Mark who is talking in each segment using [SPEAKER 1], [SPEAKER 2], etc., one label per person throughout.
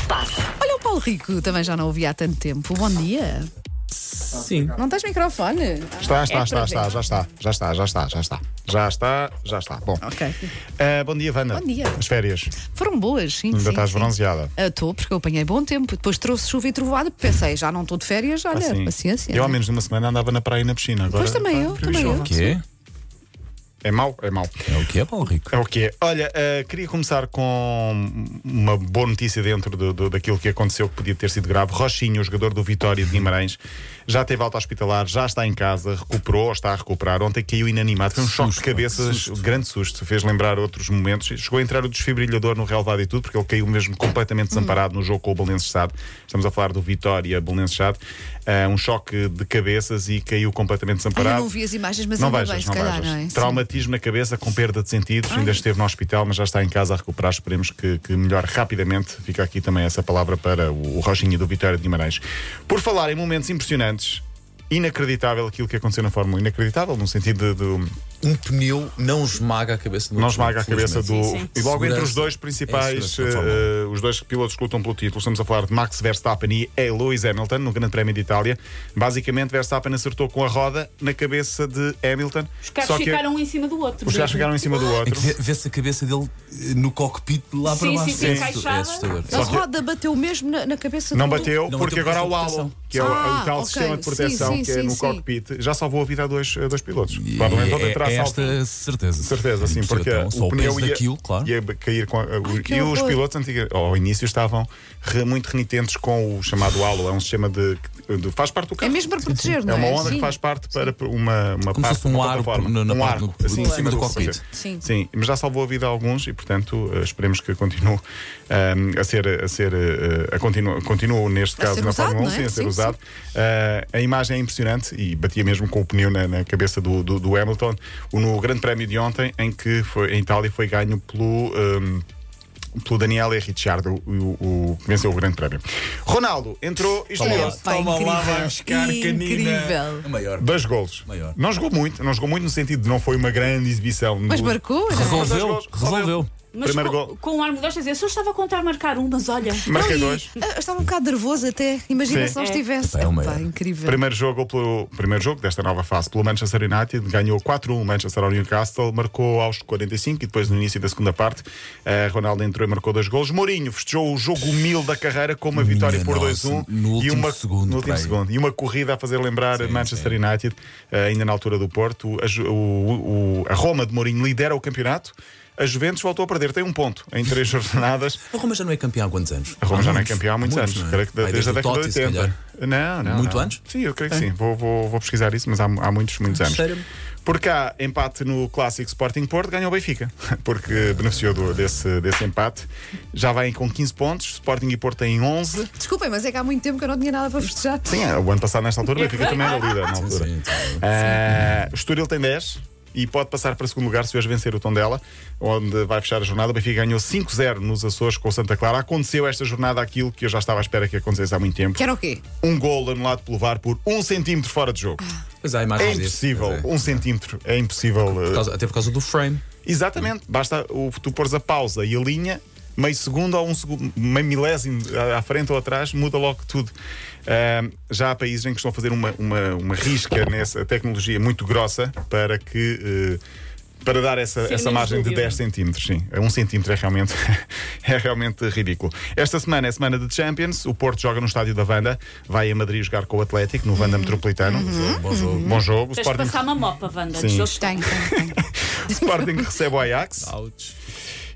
[SPEAKER 1] se passa.
[SPEAKER 2] Olha, o Paulo Rico também já não ouvi há tanto tempo. Bom dia.
[SPEAKER 3] Sim.
[SPEAKER 2] Não tens microfone?
[SPEAKER 4] Está,
[SPEAKER 2] É
[SPEAKER 4] está,
[SPEAKER 2] para
[SPEAKER 4] está, está,
[SPEAKER 2] ver.
[SPEAKER 4] já está, já está, já está, já está, já está, já está. Bom,
[SPEAKER 2] Ok.
[SPEAKER 4] eh, bom dia, Wanda.
[SPEAKER 2] Bom dia.
[SPEAKER 4] As férias.
[SPEAKER 2] Foram boas, sim.
[SPEAKER 4] Ainda
[SPEAKER 2] sim,
[SPEAKER 4] estás
[SPEAKER 2] sim.
[SPEAKER 4] bronzeada.
[SPEAKER 2] Estou, porque eu apanhei bom tempo. Depois trouxe chuva e trovoada. Pensei, já não estou de férias, olha,
[SPEAKER 4] Assim.
[SPEAKER 2] paciência.
[SPEAKER 4] Eu, ao
[SPEAKER 2] né?
[SPEAKER 4] menos numa semana, andava na praia e na piscina. Agora,
[SPEAKER 2] Pois também eu,
[SPEAKER 4] pá,
[SPEAKER 2] também eu.
[SPEAKER 3] O quê?
[SPEAKER 4] É mau, é mau.
[SPEAKER 3] É o que é, Paulo Rico?
[SPEAKER 4] É o que é. Olha, eh, queria começar com uma boa notícia dentro do, do- daquilo que aconteceu, que podia ter sido grave. Rochinho, o jogador do Vitória de Guimarães, já teve alta hospitalar, já está em casa, recuperou, está a recuperar. Ontem caiu inanimado. Foi um choque de
[SPEAKER 3] Susto,
[SPEAKER 4] cabeças, um grande susto. Fez lembrar outros momentos. Chegou a entrar o desfibrilhador no relevado e tudo, porque ele caiu mesmo completamente desamparado no jogo com o Balenciado. Estamos a falar do Vitória Balenciado. um choque de cabeças e caiu
[SPEAKER 2] Ah,
[SPEAKER 4] completamente
[SPEAKER 2] eu
[SPEAKER 4] desamparado.
[SPEAKER 2] não vi as imagens, mas
[SPEAKER 4] Não
[SPEAKER 2] ainda
[SPEAKER 4] vejas,
[SPEAKER 2] bem, se
[SPEAKER 4] não
[SPEAKER 2] calhar,
[SPEAKER 4] vejas.
[SPEAKER 2] não é? Sim.
[SPEAKER 4] Traumatismo na cabeça com perda de sentidos,
[SPEAKER 2] Ai.
[SPEAKER 4] ainda esteve no hospital, mas já está em casa a recuperar. Esperemos que, que melhore rapidamente. Fica aqui também essa palavra para o, o Rochinha do Vitória de Guimarães. Por falar em momentos impressionantes, inacreditável aquilo que aconteceu na Fórmula. um. Inacreditável no sentido de. de-
[SPEAKER 5] um pneu não esmaga a cabeça do
[SPEAKER 4] não
[SPEAKER 5] outro,
[SPEAKER 4] esmaga a cabeça do.
[SPEAKER 5] felizmente.
[SPEAKER 4] E logo entre os
[SPEAKER 5] Segurança.
[SPEAKER 4] dois
[SPEAKER 5] É a
[SPEAKER 4] principais,
[SPEAKER 5] segurança da
[SPEAKER 4] eh, os dois pilotos que lutam pelo título, estamos a falar de Max Verstappen e é Lewis Hamilton no Grande Prémio de Itália. Basicamente, Verstappen acertou com a roda na cabeça de Hamilton.
[SPEAKER 1] Os carros ficaram um em cima do outro.
[SPEAKER 4] Os caras chegaram em cima do
[SPEAKER 5] É
[SPEAKER 4] outro.
[SPEAKER 5] que vê- vê-se a cabeça dele eh, no cockpit lá
[SPEAKER 1] Sim,
[SPEAKER 5] para
[SPEAKER 1] sim,
[SPEAKER 5] baixo.
[SPEAKER 1] sim,
[SPEAKER 5] É
[SPEAKER 1] encaixada.
[SPEAKER 5] assustador. é-
[SPEAKER 2] A roda bateu mesmo na, na cabeça
[SPEAKER 4] Não
[SPEAKER 2] do-
[SPEAKER 4] bateu,
[SPEAKER 5] Não
[SPEAKER 4] porque
[SPEAKER 5] bateu
[SPEAKER 4] agora há
[SPEAKER 5] por
[SPEAKER 4] o
[SPEAKER 5] causa da
[SPEAKER 4] halo,
[SPEAKER 5] proteção.
[SPEAKER 4] que é o-
[SPEAKER 2] Ah,
[SPEAKER 4] o tal
[SPEAKER 2] ok.
[SPEAKER 4] sistema de
[SPEAKER 2] Sim,
[SPEAKER 4] proteção
[SPEAKER 2] sim,
[SPEAKER 4] que é
[SPEAKER 2] sim,
[SPEAKER 4] no
[SPEAKER 2] sim.
[SPEAKER 4] cockpit, já salvou a vida a dois, a dois pilotos.
[SPEAKER 5] E
[SPEAKER 4] Provavelmente vão
[SPEAKER 5] é-
[SPEAKER 4] tentar
[SPEAKER 5] é
[SPEAKER 4] salvar.
[SPEAKER 5] esta certeza.
[SPEAKER 4] Certeza, sim, porque
[SPEAKER 5] Então, só
[SPEAKER 4] o pneu
[SPEAKER 5] peso
[SPEAKER 4] ia,
[SPEAKER 5] daquilo, claro.
[SPEAKER 4] ia cair com. a-
[SPEAKER 2] Ai, que
[SPEAKER 4] e os
[SPEAKER 2] horror.
[SPEAKER 4] pilotos antiga- ao início estavam re- muito renitentes com o chamado halo, é um sistema de, de- faz parte do
[SPEAKER 2] É
[SPEAKER 4] carro.
[SPEAKER 2] mesmo para proteger,
[SPEAKER 4] É
[SPEAKER 2] não é?
[SPEAKER 4] uma onda
[SPEAKER 2] Sim.
[SPEAKER 4] que faz parte para uma, uma
[SPEAKER 5] Como se
[SPEAKER 4] parte
[SPEAKER 5] fosse um
[SPEAKER 4] uma
[SPEAKER 5] aro
[SPEAKER 4] plataforma.
[SPEAKER 5] na- na
[SPEAKER 4] um
[SPEAKER 5] parte
[SPEAKER 4] aro,
[SPEAKER 5] do-
[SPEAKER 4] assim,
[SPEAKER 5] do-
[SPEAKER 4] em cima do
[SPEAKER 5] do
[SPEAKER 4] cockpit.
[SPEAKER 5] cockpit.
[SPEAKER 2] Sim.
[SPEAKER 4] mas já salvou a vida a alguns e, portanto, eh, esperemos que continue eh, a ser, a ser eh, a continu, continue neste
[SPEAKER 2] A
[SPEAKER 4] caso
[SPEAKER 2] ser
[SPEAKER 4] na
[SPEAKER 2] usado,
[SPEAKER 4] Fórmula 1,
[SPEAKER 2] não é?
[SPEAKER 4] sim, a ser
[SPEAKER 2] Sim,
[SPEAKER 4] usado. Eh, a imagem é impressionante e batia mesmo com o pneu na, na cabeça do, do, do Hamilton o- no Grande Prémio de ontem, em que foi, em Itália foi ganho pelo. eh, pelo Daniele Ricciardo, o, o- o que venceu o Grande Prémio. Ronaldo entrou e
[SPEAKER 2] Olha,
[SPEAKER 4] estreou-se.
[SPEAKER 2] pá,
[SPEAKER 5] Toma
[SPEAKER 2] incrível.
[SPEAKER 5] lá, vai buscar, canina.
[SPEAKER 2] incrível.
[SPEAKER 5] A maior.
[SPEAKER 4] Dois golos.
[SPEAKER 5] Maior.
[SPEAKER 4] Não jogou muito, não jogou muito no sentido de não foi uma grande exibição.
[SPEAKER 2] Mas
[SPEAKER 4] Do-
[SPEAKER 2] marcou, não é?
[SPEAKER 4] Mas dois
[SPEAKER 3] Resolveu,
[SPEAKER 4] golos,
[SPEAKER 3] resolveu.
[SPEAKER 1] Mas
[SPEAKER 4] Primeiro
[SPEAKER 1] com,
[SPEAKER 4] gol.
[SPEAKER 1] com um ar modesto a dizer, só estava a contar marcar um, mas olha.
[SPEAKER 2] Não,
[SPEAKER 4] Marquei
[SPEAKER 2] e-
[SPEAKER 4] dois.
[SPEAKER 2] ah, eu estava um bocado nervoso até. Imagina
[SPEAKER 4] Sim.
[SPEAKER 2] se não
[SPEAKER 1] É.
[SPEAKER 2] estivesse.
[SPEAKER 5] Epá, é uma-
[SPEAKER 2] Epá, incrível.
[SPEAKER 4] Primeiro jogo, pelo, primeiro jogo desta nova fase pelo Manchester United, ganhou 4-1 o Manchester ao Newcastle, marcou aos 45 e depois no início da segunda parte, eh, Ronaldo entrou e marcou dois golos. Mourinho festejou o jogo humilde da carreira com uma
[SPEAKER 5] Minha
[SPEAKER 4] vitória por
[SPEAKER 5] nossa,
[SPEAKER 4] 2-1
[SPEAKER 5] no
[SPEAKER 4] e
[SPEAKER 5] último
[SPEAKER 4] uma
[SPEAKER 5] segundo,
[SPEAKER 4] no último
[SPEAKER 5] peraí.
[SPEAKER 4] segundo. e uma corrida a fazer lembrar Manchester United, eh, ainda na altura do Porto. A, Ju- o- o- a Roma de Mourinho lidera o campeonato. A Juventus voltou a perder, tem um ponto em três jornadas.
[SPEAKER 5] A Roma já não é campeã há quantos anos?
[SPEAKER 4] A Roma já não é
[SPEAKER 5] muitos,
[SPEAKER 4] campeão há muitos, anos,
[SPEAKER 5] não é?
[SPEAKER 4] creio que
[SPEAKER 5] Vai
[SPEAKER 4] desde, a década
[SPEAKER 5] Totti,
[SPEAKER 4] de
[SPEAKER 5] se
[SPEAKER 4] 80.
[SPEAKER 5] calhar.
[SPEAKER 4] Não, não.
[SPEAKER 5] Muito
[SPEAKER 4] não.
[SPEAKER 5] anos?
[SPEAKER 4] Sim, eu creio que sim. Vou, vou, vou pesquisar isso, mas há, há muitos, muitos anos.
[SPEAKER 5] Sério?
[SPEAKER 4] Por cá, empate no clássico Sporting Porto, ganhou o Benfica, porque beneficiou do- desse, desse empate. Já vai com 15 pontos, Sporting e Porto têm 11.
[SPEAKER 2] Desculpem, mas é que há muito tempo que eu não tinha nada para festejar.
[SPEAKER 4] Sim, é, o ano passado, nesta altura, o Benfica também era líder, na altura.
[SPEAKER 5] Sim, tá. sim.
[SPEAKER 4] Ah, o Estoril tem 10 e pode passar para segundo lugar se hoje vencer o Tondela, onde vai fechar a jornada. O Benfica ganhou 5-0 nos Açores com o Santa Clara. Aconteceu esta jornada aquilo que eu já estava à espera que acontecesse há muito tempo.
[SPEAKER 2] Que era o quê?
[SPEAKER 4] Um gol anulado pelo VAR por um centímetro fora de jogo.
[SPEAKER 5] Pois há
[SPEAKER 4] É
[SPEAKER 5] imagens disso.
[SPEAKER 4] impossível.
[SPEAKER 5] Ah. Pois é.
[SPEAKER 4] Um centímetro. É impossível.
[SPEAKER 5] Por
[SPEAKER 4] eh,
[SPEAKER 5] causa- Até por causa do frame.
[SPEAKER 4] Exatamente. Basta o, tu pôres a pausa e a linha, meio segundo ou um segundo, meio milésimo à, à frente ou atrás, muda logo tudo. Ahm, já há países em que estão a fazer uma, uma, uma risca nessa tecnologia muito grossa para que. eh, para dar essa,
[SPEAKER 1] Sim,
[SPEAKER 4] essa
[SPEAKER 1] menos
[SPEAKER 4] margem de
[SPEAKER 1] dúvida.
[SPEAKER 4] 10 centímetros, sim. É Um centímetro é realmente, é realmente ridículo. Esta semana é semana de Champions. O Porto joga no estádio da Vanda. Vai a Madrid jogar com o Atlético, no Vanda Metropolitano.
[SPEAKER 5] Bom jogo.
[SPEAKER 4] Bom jogo. O
[SPEAKER 1] Uhum. Tens de passar uma mopa, Wanda.
[SPEAKER 4] Sim.
[SPEAKER 1] Deslocos-
[SPEAKER 2] Tem, tem, tem.
[SPEAKER 4] o Sporting recebe o Ajax.
[SPEAKER 5] Ouch.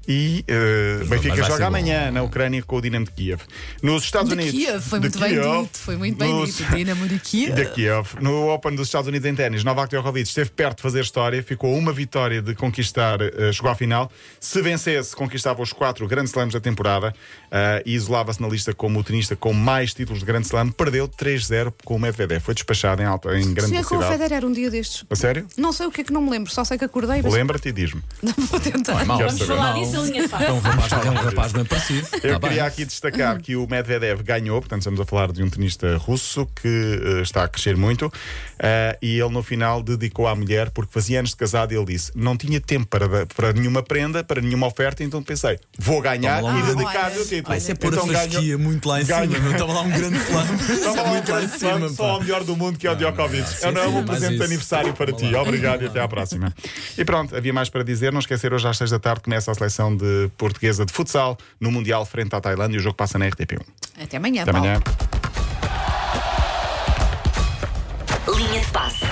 [SPEAKER 4] E eh, Benfica
[SPEAKER 5] mas vai ser
[SPEAKER 4] joga
[SPEAKER 5] bom.
[SPEAKER 4] amanhã na Ucrânia com o Dinamo de Kiev. Nos Estados
[SPEAKER 2] De
[SPEAKER 4] Unidos.
[SPEAKER 2] Kiev, foi
[SPEAKER 4] de
[SPEAKER 2] muito bem
[SPEAKER 4] Kiev,
[SPEAKER 2] dito. Foi muito bem
[SPEAKER 4] nos-
[SPEAKER 2] dito. Dinamo de Kiev.
[SPEAKER 4] De Kiev. No Open dos Estados Unidos em ténis, Novak Djokovic esteve perto de fazer história, ficou uma vitória de conquistar, eh, chegou à final. Se vencesse, conquistava os quatro grandes slams da temporada eh, e isolava-se na lista como o tenista com mais títulos de grande slam. Perdeu 3-0 com o Medvedev. Foi despachado em, alta, em grande
[SPEAKER 2] Sonhei com o
[SPEAKER 4] velocidade.
[SPEAKER 2] Federer era um dia destes.
[SPEAKER 4] A sério?
[SPEAKER 2] Não sei o que é que não me lembro, só sei que acordei, mas
[SPEAKER 4] Lembra-te e diz-me.
[SPEAKER 2] não vou tentar.
[SPEAKER 5] Mal.
[SPEAKER 4] Quero
[SPEAKER 1] Vamos
[SPEAKER 4] saber.
[SPEAKER 1] falar disso na linha de passe.
[SPEAKER 5] É um rapaz, é um rapaz bem parecido.
[SPEAKER 4] Eu
[SPEAKER 5] Tá bem.
[SPEAKER 4] queria aqui destacar que o Medvedev ganhou, portanto, estamos a falar de um tenista russo que eh, está a crescer muito. eh, e ele, no final, dedicou à mulher, porque fazia anos de casado, e ele disse: Não tinha tempo para, da- para nenhuma prenda, para nenhuma oferta, então pensei: Vou ganhar
[SPEAKER 5] Toma lá
[SPEAKER 4] e
[SPEAKER 5] um-
[SPEAKER 4] dedicar-lhe o
[SPEAKER 2] olha,
[SPEAKER 4] título.
[SPEAKER 5] Ah, isso é pôr
[SPEAKER 4] então
[SPEAKER 5] a fasquia
[SPEAKER 4] ganhou-
[SPEAKER 5] muito lá em
[SPEAKER 4] ganho.
[SPEAKER 5] cima. Não estava lá um grande flama.
[SPEAKER 4] Toma lá um
[SPEAKER 5] muito lá em
[SPEAKER 4] grande
[SPEAKER 5] cima.
[SPEAKER 4] slam, só
[SPEAKER 5] pá.
[SPEAKER 4] ao melhor do mundo que é o Djokovic.
[SPEAKER 5] não,
[SPEAKER 4] Eu
[SPEAKER 5] sim,
[SPEAKER 4] não é
[SPEAKER 5] sim,
[SPEAKER 4] um
[SPEAKER 5] mas
[SPEAKER 4] presente de
[SPEAKER 5] isso.
[SPEAKER 4] aniversário para ti.
[SPEAKER 5] Vamos lá.
[SPEAKER 4] Obrigado e até à próxima. E pronto, havia mais para dizer. Não esquecer, hoje às seis da tarde começa a seleção de portuguesa de futsal no Mundial frente à Tailândia. O jogo passa na RTP1.
[SPEAKER 2] Até amanhã,
[SPEAKER 4] Até
[SPEAKER 2] Paulo.
[SPEAKER 4] amanhã.
[SPEAKER 6] Linha de passe.